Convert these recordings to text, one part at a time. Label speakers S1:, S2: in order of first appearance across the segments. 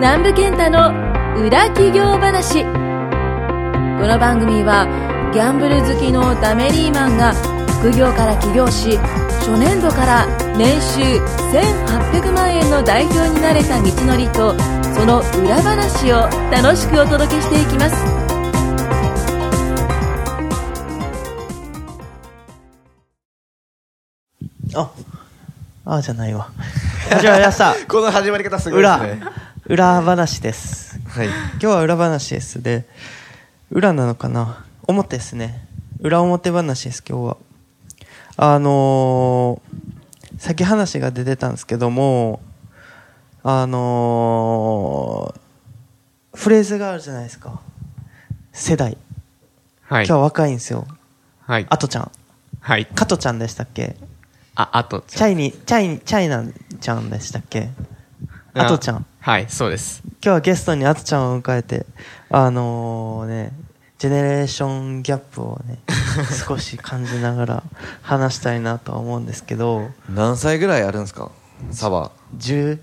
S1: 南部健太の裏企業話この番組はギャンブル好きのダメリーマンが副業から起業し初年度から年収1800万円の代表になれた道のりとその裏話を楽しくお届けしていきます
S2: あ、あじゃないわ。始まりました。
S3: この始まり方 すごいです
S2: 裏
S3: ね。、
S2: 裏話です。
S3: はい。
S2: 今日は裏話です。で、裏なのかな表ですね。裏表話です、今日は。あのー、先話が出てたんですけども、あのー、フレーズがあるじゃないですか。世代。今
S4: はい。
S2: 日は若いんですよ。
S4: はい。
S2: あとちゃん。
S4: はい。
S2: かとちゃんでしたっけ
S4: あ、あと、
S2: チャイに、チャイに、チャイナちゃんでしたっけあとちゃん。。
S4: はい、そうです。
S2: 今日はゲストにあつちゃんを迎えて、あのね、ジェネレーションギャップを ね、少し感じながら話したいなとは思うんですけど、
S3: 何歳ぐらいあるんですかサバ。
S2: 10、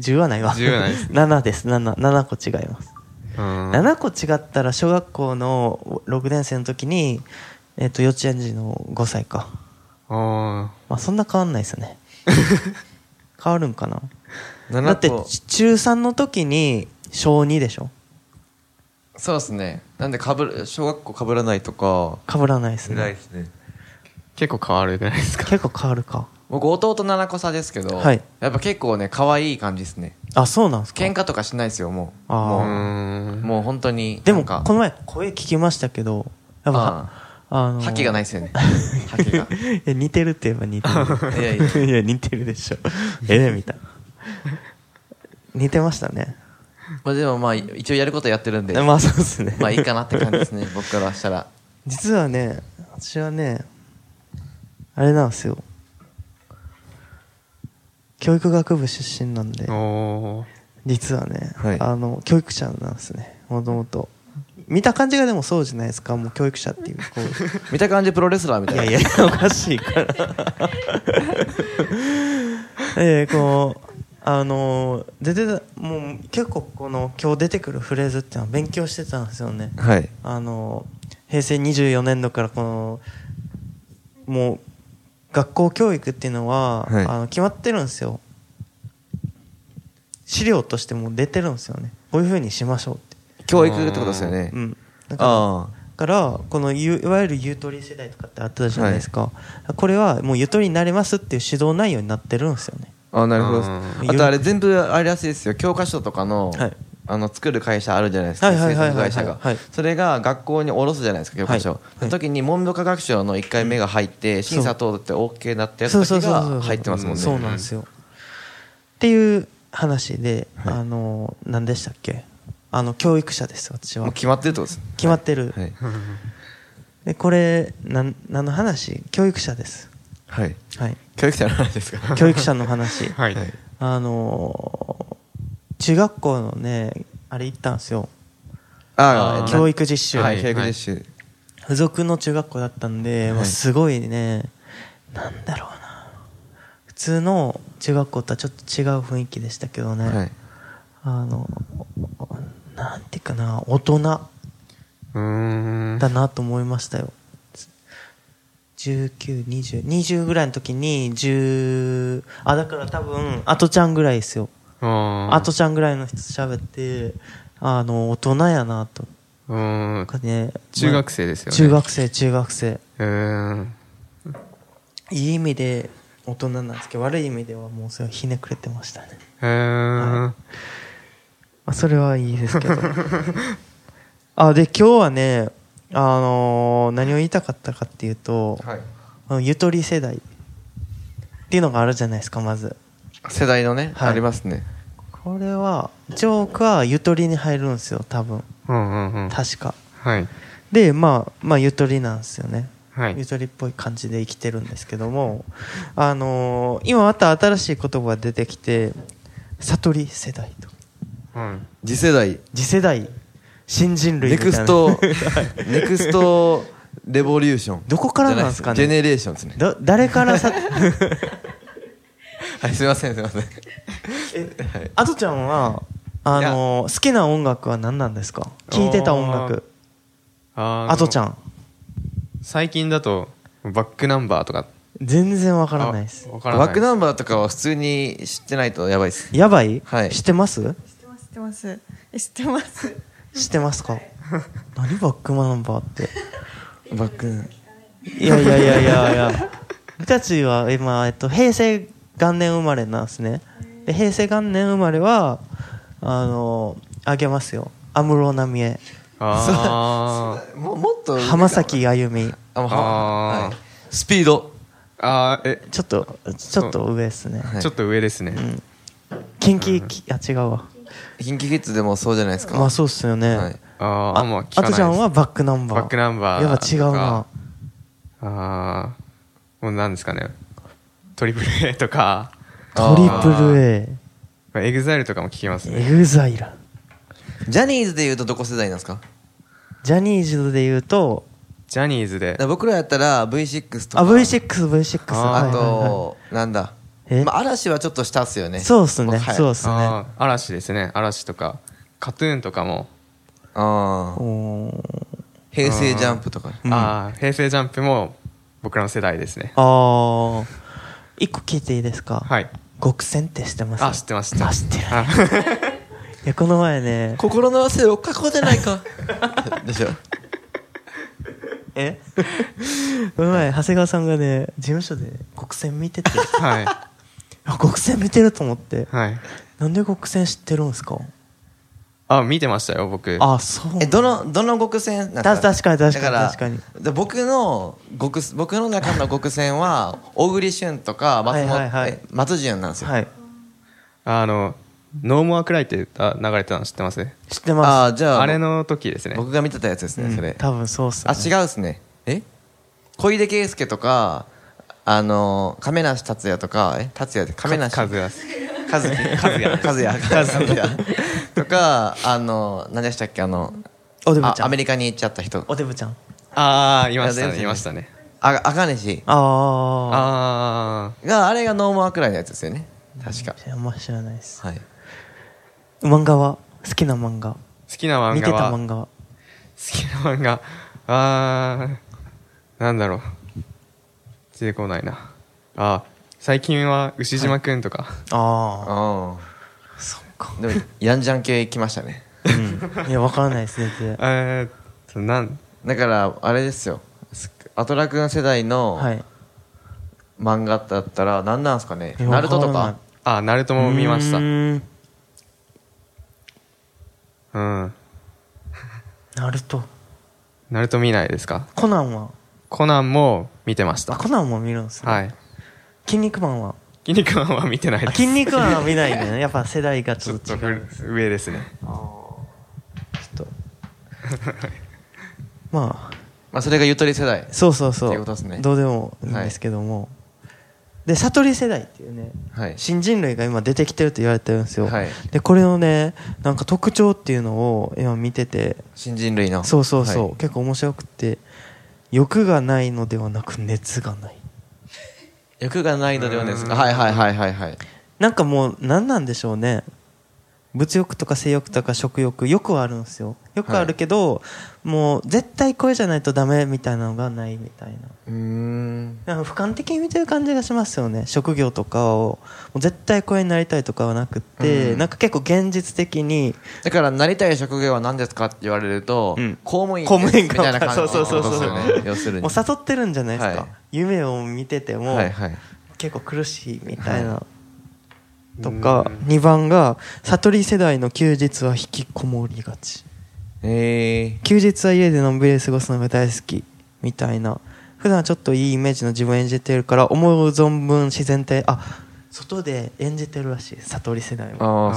S2: 10はないわ。
S4: 10はな いです
S2: 7です、7、7個違います。
S4: うん。
S2: 7個違ったら小学校の6年生の時に、えっ、と、幼稚園児の5歳か。
S4: あ
S2: まあそんな変わんないですよね。 変わるんかな
S3: 7
S2: だって
S3: 個
S2: ち中3の時に小2でしょ
S3: そうですね。なんで、かぶる、小学校かぶらないとか。
S2: 被らないです
S3: 偉い
S2: ね
S3: ですね。
S4: ー結構変わるじゃないです か。
S2: 結構変わるか
S3: 僕、弟7個差ですけど、
S2: はい
S3: やっぱ結構ね、可愛い感じですね。
S2: あそうなんですか
S3: 喧嘩とかしないですよ、もう。
S2: あー
S4: うー
S3: もう、
S4: ん。
S3: もう本当に。
S2: でも
S3: なんか
S2: この前声聞きましたけどやっぱ
S3: あ
S2: あ
S3: ー
S2: の
S3: 覇気がない
S2: い
S3: ですよね。覇気が。
S2: や似てるって言えば似てる
S3: いやいや。
S2: いや似てるでしょ ええみたいな似てましたね
S3: まあでもまあ、一応やることやってるんで、ま
S2: まあそうですね
S3: あいいかなって感じですね、僕からしたら。
S2: 実はね私はねあれなんですよ教育学部出身なんで
S4: おー。
S2: 実はね、
S3: はい
S2: あの教育者なんですねもともと見た感じがでもそうじゃないですかもう教育者っていうこう
S3: 見た感じプロレスラーみたい
S2: い
S3: な。
S2: やいやおかしいから えー、こうあの出てたもう結構この今日出てくるフレーズっていうのは勉強してたんですよね
S3: はい。
S2: あの平成24年度からこのもう学校教育っていうのは、
S3: はい
S2: あの決まってるんですよ資料としてもう出てるんですよねこういうふうにしましょうって
S3: 教育ってことですよね。
S2: うんだか
S3: あ
S2: らからこのゆいわゆるゆとり世代とかってあったじゃないですか、これはもうゆとりになれますっていう指導内容になってるんですよね
S3: ああなるほど
S2: ん
S3: あとあれ全部あれらしいですよ教科書とかの,、
S2: はい
S3: あの作る会社あるじゃないですか
S2: はいはい
S3: 制
S2: はい
S3: 作
S2: はい
S3: 会社が
S2: はい
S3: それが学校に卸すじゃないですか教科書、
S2: はいはい
S3: その時に文部科学省の1回目が入って審査通って OK だったやつ
S2: そう
S3: だ
S2: そう
S3: け
S2: そうそう
S3: が入ってますもんね
S2: そうなんですよっていう話で、あの何でしたっけあの教育者です私
S3: もう
S2: は
S3: 決まってるってことです
S2: 決まってる、
S3: はい
S2: でこれなん何の話教育者です
S3: はい
S2: はい
S3: 教育者の話ですか
S2: 教育者の 話
S4: はい。
S2: あのー中学校のねあれ行ったんですよ
S3: ああ
S2: 教育実習、
S3: はい
S4: はい
S3: 教育実習、
S2: 付属の中学校だったんで、もう
S3: はい
S2: すごいねなんだろうな普通の中学校とはちょっと違う雰囲気でしたけどね、
S3: はい
S2: あのなんていうかな大人
S4: うーん。
S2: だなと思いましたよ。19、20、20ぐらいの時に、10、あ、だから多分、あとちゃんぐらいですよ。
S4: あ
S2: あと、ちゃんぐらいの人と喋って、あの、大人やなと。
S4: うー
S2: なん
S4: ん。
S2: かね、
S4: 中学生ですよね。
S2: 中。学生、中学生。
S4: うーん。
S2: いい意味で大人なんですけど、悪い意味ではもうそれはひねくれてましたね。
S4: うーん。
S2: まあ、それはいいですけ ど。あ、で、今日はね、あのー何を言いたかったかっていうと、
S3: はい
S2: あのゆとり世代っていうのがあるじゃないですかまず
S3: 世代のね、
S2: はい
S3: ありますね
S2: これは一応僕はゆとりに入るんですよ多分
S4: うんうんうん。
S2: 確か
S4: はい。
S2: でまあまあゆとりなんですよね、
S4: はい
S2: ゆ。とりっぽい感じで生きてるんですけどもあのー今また新しい言葉が出てきて悟り世代と
S4: うん。
S3: 次世代
S2: 次世代新人類み
S3: ネ
S2: たい
S3: ク
S2: な
S3: ストネクストレボリューション
S2: どこからなんですかね
S3: じゃいジェネレーションですね
S2: ど誰から さ
S3: はい、すみません、すみません。
S2: えあとちゃんはあの好きな音楽は何なんですか聴いてた音楽
S4: あー
S2: あとちゃん
S4: 最近だとバックナンバーとか
S2: 全然わからないです
S4: あわからない
S3: バックナンバーとかは普通に知ってないとやばいです。
S2: やばい、
S3: はい
S2: 知ってます
S5: 知ってます知ってますえ知ってます
S2: 知ってます か何バックナンバーって
S3: バック。
S2: いやいやいやいやいや僕たちは今、えっと、平成元年生まれなんですねで平成元年生まれはあのあげますよ安室奈美恵
S4: あー
S3: ももっ と。
S2: 浜。崎あゆみ
S3: あ、もう
S4: あー
S3: はい。スピード。
S4: あー
S2: ちょっとちょっと上ですね、
S3: は
S4: え
S3: い
S4: ちょっと上ですね、
S2: キンキキあ違うわ
S3: キンキキッズでもそうじゃないですか。
S2: まあそうっすよね、
S3: はい
S4: あーあんま
S2: あ
S4: 聞かない
S2: と
S4: です
S2: ちゃんはバックナンバー
S4: バックナンバー
S2: やっぱ違うな
S4: ああもうなんですかねトリプル A とか
S2: トリプル A
S4: まあエグザイルとかも聞きますね
S2: エグザイル
S3: ジャニーズで言うとどこ世代なんですか
S2: ジャニーズで言うと
S4: ジャニーズで
S3: だから僕らやったら V6 とか。
S2: あ V6V6
S4: あ
S3: あ
S2: はいはいはい
S3: と、なんだ。
S2: え
S3: まあ、嵐はちょっとしたっすよね。
S2: そうっすね
S3: はい
S2: そうっすね
S4: あー嵐ですね嵐とかカトゥーンとかも、
S3: あー
S2: おー
S3: 平成ジャンプとか。
S2: うん
S4: ああ平成ジャンプも僕らの世代ですね
S2: あー一個聞いていいですか
S4: はい
S2: 極戦って知ってます
S4: あ知ってます知って
S2: あ
S4: ま
S2: 知
S4: す
S2: ってる
S4: あ
S2: いやこの前ね
S3: 心の汗をかこうじゃないか。 でしょ。
S2: え この前長谷川さんがね事務所で極戦見てて
S4: はい
S2: あ極戦見てると思って
S4: はい
S2: なんで極戦知ってるんですか
S4: あ見てましたよ僕
S2: あそう
S3: え、どの、どの極戦なんです
S2: た確かに確かに
S3: だら
S2: 確かに
S3: で僕の極、僕の中の極戦は、小栗旬とか
S2: はい
S3: 松本、
S2: はいはい
S3: え松潤なんですよ。
S2: はい
S4: あの「ノーモアクライ」って歌流れてたの知ってます
S2: 知って
S3: あ
S2: ま
S3: あ、じゃあ、
S4: あれの時ですね
S3: 僕が見てたやつですね、
S2: す
S3: それ。
S2: うん多分そうっすね
S3: あ、違うっすね。え小出圭介とか、あのー、亀梨達也とか、え達也で亀梨。
S4: カズヤ
S3: 和樹和 也和也和也とかあの何でしたっけあの
S2: おでぶ
S3: あ
S2: ちゃ
S3: ア
S2: ん
S3: メリカに行っちゃった人
S2: おでぶちゃん
S4: ああいました
S3: いや全
S4: ね
S3: 然
S4: いましたね
S3: あ赤西
S2: あ
S4: あ
S3: があれがノーマーくらいのやつですよね確か
S2: ああんま知らないです
S3: はい
S2: 漫画は好きな漫画
S4: あ好きな漫
S2: 見て
S4: 画
S2: た
S4: は
S2: 漫画は
S4: 好きな漫画あーなんだろう出てこないなあー最近は牛島くんとか、
S2: あ
S3: あ
S2: あそっか
S3: あでもヤンジャン系来ましたね
S2: うんいやわからないですね全 然
S4: えーっとなん
S3: だからあれですよすアトラクの世代の
S2: はい
S3: 漫画だったら何なんすかね
S2: いや
S3: ナルトと
S2: わから
S3: か
S2: な
S4: あナルトも見ました
S2: う
S4: うん
S2: ーん
S4: ナ
S2: ナルト
S4: ルト見ないですか
S2: コナンは
S4: コナンも見てまし
S2: あ
S4: た
S2: コナンも見るんですね、
S4: はい
S2: 筋肉マンは
S4: 筋肉マンは見てない
S2: あ
S4: です
S2: 筋肉マンは見ないねやっぱ世代がち
S4: ち
S2: ょ
S4: ょっ
S2: っと違
S4: と
S2: う
S4: 古上ですね
S2: ちょっとま
S3: まあそれがゆとり世代
S2: あそうそうそう
S3: っていうことですね
S2: どうでもいいんですけども、で悟り世代っていうね
S3: はい
S2: 新人類が今出てきてると言われてるんですよ、
S3: はい
S2: でこれのねなんか特徴っていうのを今見てて
S3: 新人類の
S2: そうそうそう、
S3: はい
S2: 結構面白くて欲がないのではなく熱がない
S3: 欲がないのではないですかはいはいはいはいはい
S2: なんかもう何なんでしょうね物欲とか性欲とか食欲よくはあるんですよよくはあるけど、もう絶対これじゃないとダメみたいなのがないみたいな
S3: うーん
S2: なんか俯瞰的に見てる感じがしますよね職業とかをもう絶対これになりたいとかはなくて、
S3: うん
S2: なんか結構現実的に
S3: だからなりたい職業は何ですかって言われると、
S2: うん
S3: 公務員
S2: 公務員
S3: みたいな感じ
S2: そうそうそうそう
S3: ですよね要するに
S2: もう悟ってるんじゃないですか、
S3: はい
S2: 夢を見てても、
S3: はいはい
S2: 結構苦しいみたいな、とか2番が悟り世代の休日は引きこもりがち
S3: え
S2: 休日は家でのんびり過ごすのが大好きみたいな普段はちょっといいイメージの自分を演じてるから思う存分自然体あ外で演じてるらしい悟り世代
S3: ー、
S2: は
S3: あ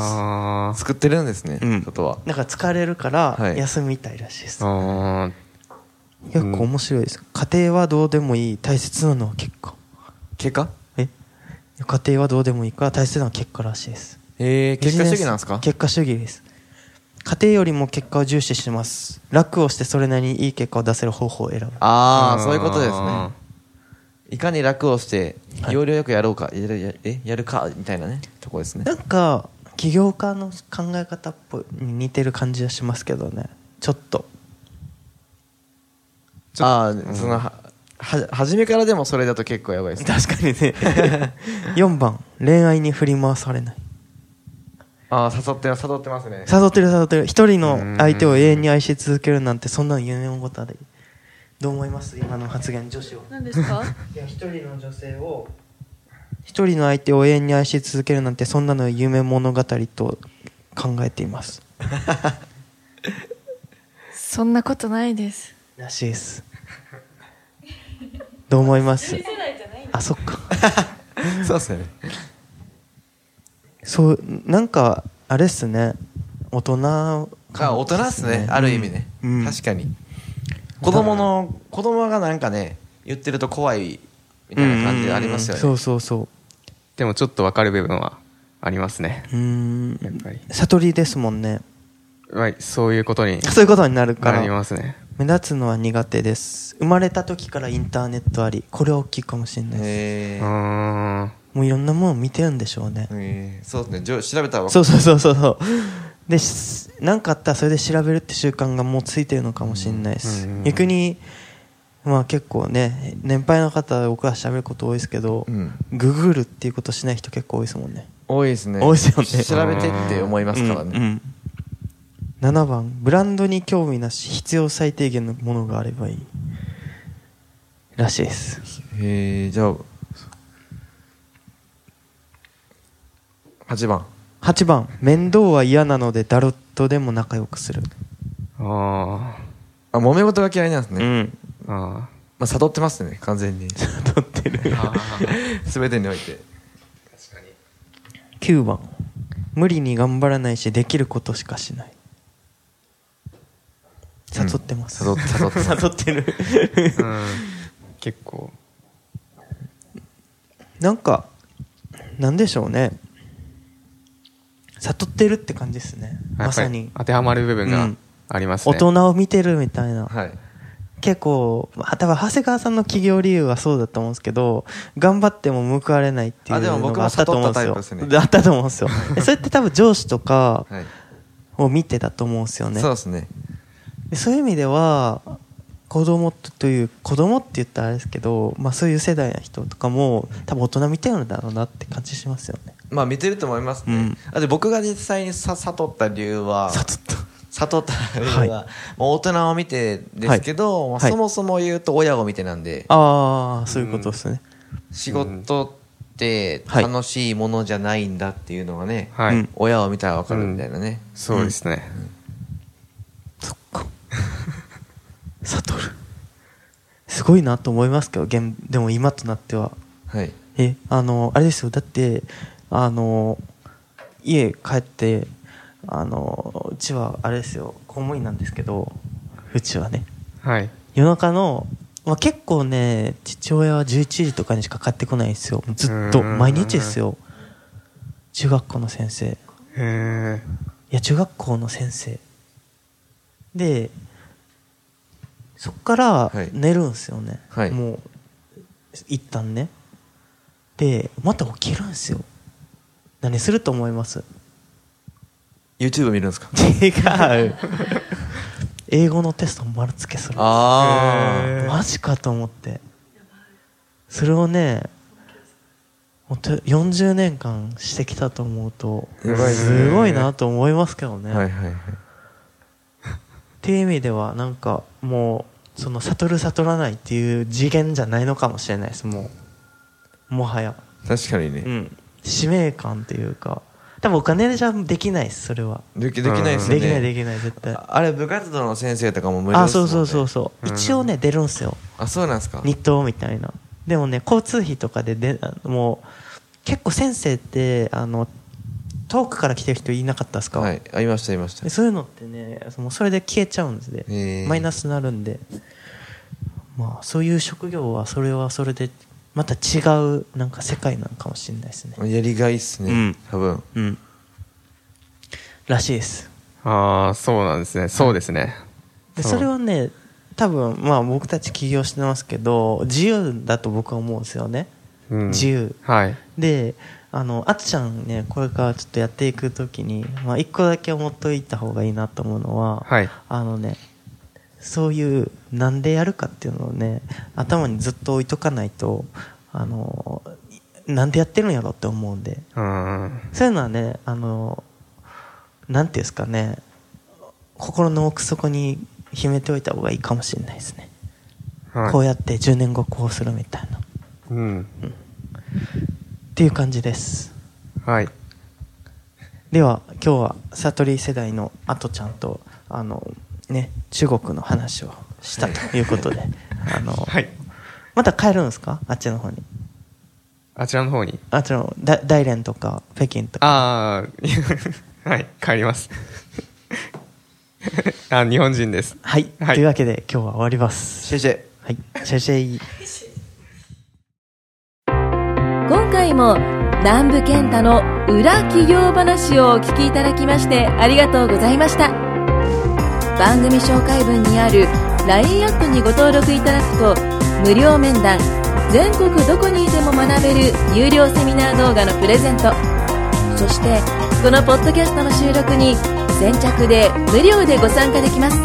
S4: あ
S3: あ
S4: ー
S3: 作ってるんですね、
S2: うん
S3: 外は
S2: なんか疲れるから
S3: はい
S2: 休みたいらしいです、
S4: あー
S2: 結構面白いです家庭はどうでもいい大切なのは結果
S3: 結果
S2: え家庭はどうでもいいから大切なのは結果らしいです
S3: えー、結果主義なんですか
S2: 結果主義です家庭よりも結果を重視します楽をしてそれなりにいい結果を出せる方法を選ぶ
S3: あ
S4: ー
S3: あそういうことですねいかに楽をして
S2: はい
S3: 要領よくやろうか、やるやえやるかみたいなねとこですね
S2: なんか起業家の考え方っぽいに似てる感じはしますけどねちょっと
S4: ょっと
S3: ああ、そのはは初めからでもそれだと結構やばいですね
S2: 確かにね4番恋愛に振り回されない
S3: ああ誘ってます誘ってますね
S2: 誘ってる誘ってる一人の相手を永遠に愛し続けるなんてそんなの夢のごたでどう思います今の発言女子は
S5: 何ですか
S2: いや一人の女性を一人の相手を永遠に愛し続けるなんてそんなの夢物語と考えています
S5: そんなことないです
S2: らしい ですどう思いますあそっか
S3: そうですね
S2: そうなんかあれっすね大人
S3: あ大人ですねある意味ね、
S2: うん
S3: 確かに子供の子供がなんかね言ってると怖いみたいな感じありますよね、
S2: そうそうそう
S4: でもちょっと分かる部分はありますね
S2: うーん
S4: やっぱり
S2: 悟りですもんね
S4: はいそういうことに
S2: そういうことになるか
S4: なり
S2: ら
S4: ますね
S2: 目立つのは苦手です生まれた時からインターネットありこれは大きいかもしれないです
S3: へ
S4: う
S3: ー
S4: ーん
S2: もういろんなものを見てるんでしょうね
S3: へーそうですねじょ調べたらわか
S2: そうそうそうそうそうでしなんかあったらそれで調べるって習慣がもうついてるのかもしれないです、
S4: うんうん
S2: 逆にまあ結構ね年配の方僕は喋ること多いですけど、
S3: うん
S2: ググるっていうことしない人結構多いですもんね
S3: 多いですね
S2: 多いですよね
S3: 調べてって思いますからね、
S2: うんうん7番ブランドに興味なし必要最低限のものがあればいいらしいです
S3: へえじゃあ8番
S2: 8番面倒は嫌なのでだろっとでも仲良くする、
S4: あ
S3: あ揉め事が嫌いなんです ね、
S2: ん
S4: ーあ
S3: まあ、悟ってますね完全に
S2: 悟って る
S3: 全てにおいて
S2: 9番無理に頑張らないしできることしかしない
S3: うん
S2: 誘ってます、
S3: 誘っ誘 ってます
S2: 誘ってる
S4: ーうん結構
S2: なんかなんでしょうね悟ってるって感じですね
S4: やっぱり
S2: まさに
S4: 当てはまる部分
S2: う
S4: が
S2: ん
S4: あります
S2: 大
S4: ね、
S2: 人を見てるみたいな、
S3: はい
S2: 結構、まあ、多分長谷川さんの起業理由はそうだと思うんですけど頑張っても報われないっていう
S3: あでも
S2: の
S3: 僕
S2: があ
S3: も
S2: ったと思うん
S3: 悟ったタイプ
S2: で
S3: ですす
S2: よ
S3: ね
S2: あったと思うんで すよそれって多分上司とか
S3: はい
S2: を見てたと思うんですよね
S3: そうですね
S2: でそういう意味では子供という子供って言ったらあれですけど、まあ、そういう世代の人とかも多分大人見てるんだろうなって感じしますよね
S3: まあ見てると思いますね、
S2: うん
S3: あと僕が実際にさ悟った理由は
S2: さつっと
S3: 悟った理由は、
S2: は
S3: もう大人を見てですけど、
S2: はい
S3: ま
S2: は
S3: あ、
S2: い
S3: そもそも言うと親を見てなんで、
S2: ああそういうことですね、
S3: 仕事って
S2: はい
S3: 楽しいものじゃないんだっていうのがね、
S4: はい、
S2: うん
S3: 親を見たらわかるみたいなね、
S4: そうですね、
S2: そっか悟るすごいなと思いますけど現でも今となっては
S3: はい
S2: えあのあれですよだってあの家帰ってあのうちはあれですよ公務員なんですけどうちはね
S4: はい
S2: 夜中の、まあ、結構ね父親は11時とかにしか帰ってこないんですよずっと
S4: うーん
S2: 毎日ですよ中学校の先生
S4: へえ
S2: いや中学校の先生でそっから
S3: はい
S2: 寝るんですよね、
S3: はい
S2: もう一旦ねでまた起きるんですよ何すると思います
S3: YouTube 見るん ですか
S2: 違う英語のテスト丸付けするんです
S3: あ
S4: へー
S2: マジかと思ってそれをねほんと40年間してきたと思うと
S3: やばいね
S2: すごいなと思いますけど
S3: あ
S2: ね、
S3: はいはい
S2: っ
S3: はい
S2: ていう意味ではなんかもうその悟る悟らないっていう次元じゃないのかもしれないですもうもはや
S3: 確かにね、
S2: うん使命感というか多分お金じゃできないですそれは
S3: できできないですよ
S2: で
S3: ね
S2: きないできない絶対
S3: ああれ部活動の先生とかも無理
S2: あそうそうそううそう
S4: うん
S2: 一応ね出るんすよ
S3: あそうなんですか
S2: 日当みたいなでもね交通費とかでであもう結構先生ってあの遠くから来てる人いなかったですか、
S3: はいあいましたいました
S2: でそういうのってねもうそれで消えちゃうんで、
S3: へー
S2: マイナスになるんでまあそういう職業はそれはそれでまた違うなんか世界なのかもしれないですね
S3: やりがいっすね、
S2: うん
S3: 多分
S2: うんらしいです
S4: ああそうなんですねそうですね
S2: で
S4: そう
S2: それはね多分まあ僕たち起業してますけど自由だと僕は思うんですよね
S4: ううん
S2: 自由
S4: はい
S2: であのあっちゃんねこれからちょっとやっていくときに、まあ、一個だけ思っといた方がいいなと思うのは、
S4: はい
S2: あのねそういうなんでやるかっていうのをね頭にずっと置いとかないとあのいなんでやってるんやろって思うんで
S4: うん
S2: そういうのはねあのなんていうんですかね心の奥底に秘めておいた方がいいかもしれないですね、
S4: はい
S2: こうやって10年後こうするみたいなっ
S4: うん
S2: ていう感じです
S4: はい
S2: では今日は悟り世代のあとちゃんとあのね中国の話をしたということであの、
S4: はい
S2: また帰るんですかあっちの方に
S4: あちらの方に
S2: あっちのだ大連とか北京とか
S4: ああ はい帰ります あ日本人です
S2: はい、
S4: はい
S2: というわけで今日は終わります
S3: シェシェ
S2: はいシェシェイ
S1: 今回も南部健太の裏企業話をお聞きいただきましてありがとうございました番組紹介文にある LINE アットにご登録いただくと無料面談全国どこにいても学べる有料セミナー動画のプレゼントそしてこのポッドキャストの収録に先着で無料でご参加できます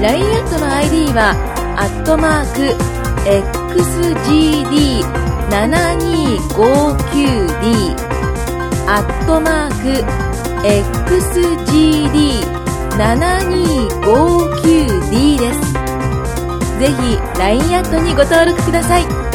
S1: LINE アットの ID はアットマーク XGD7259D アットマーク XGD7259D ですぜひ LINE アットにご登録ください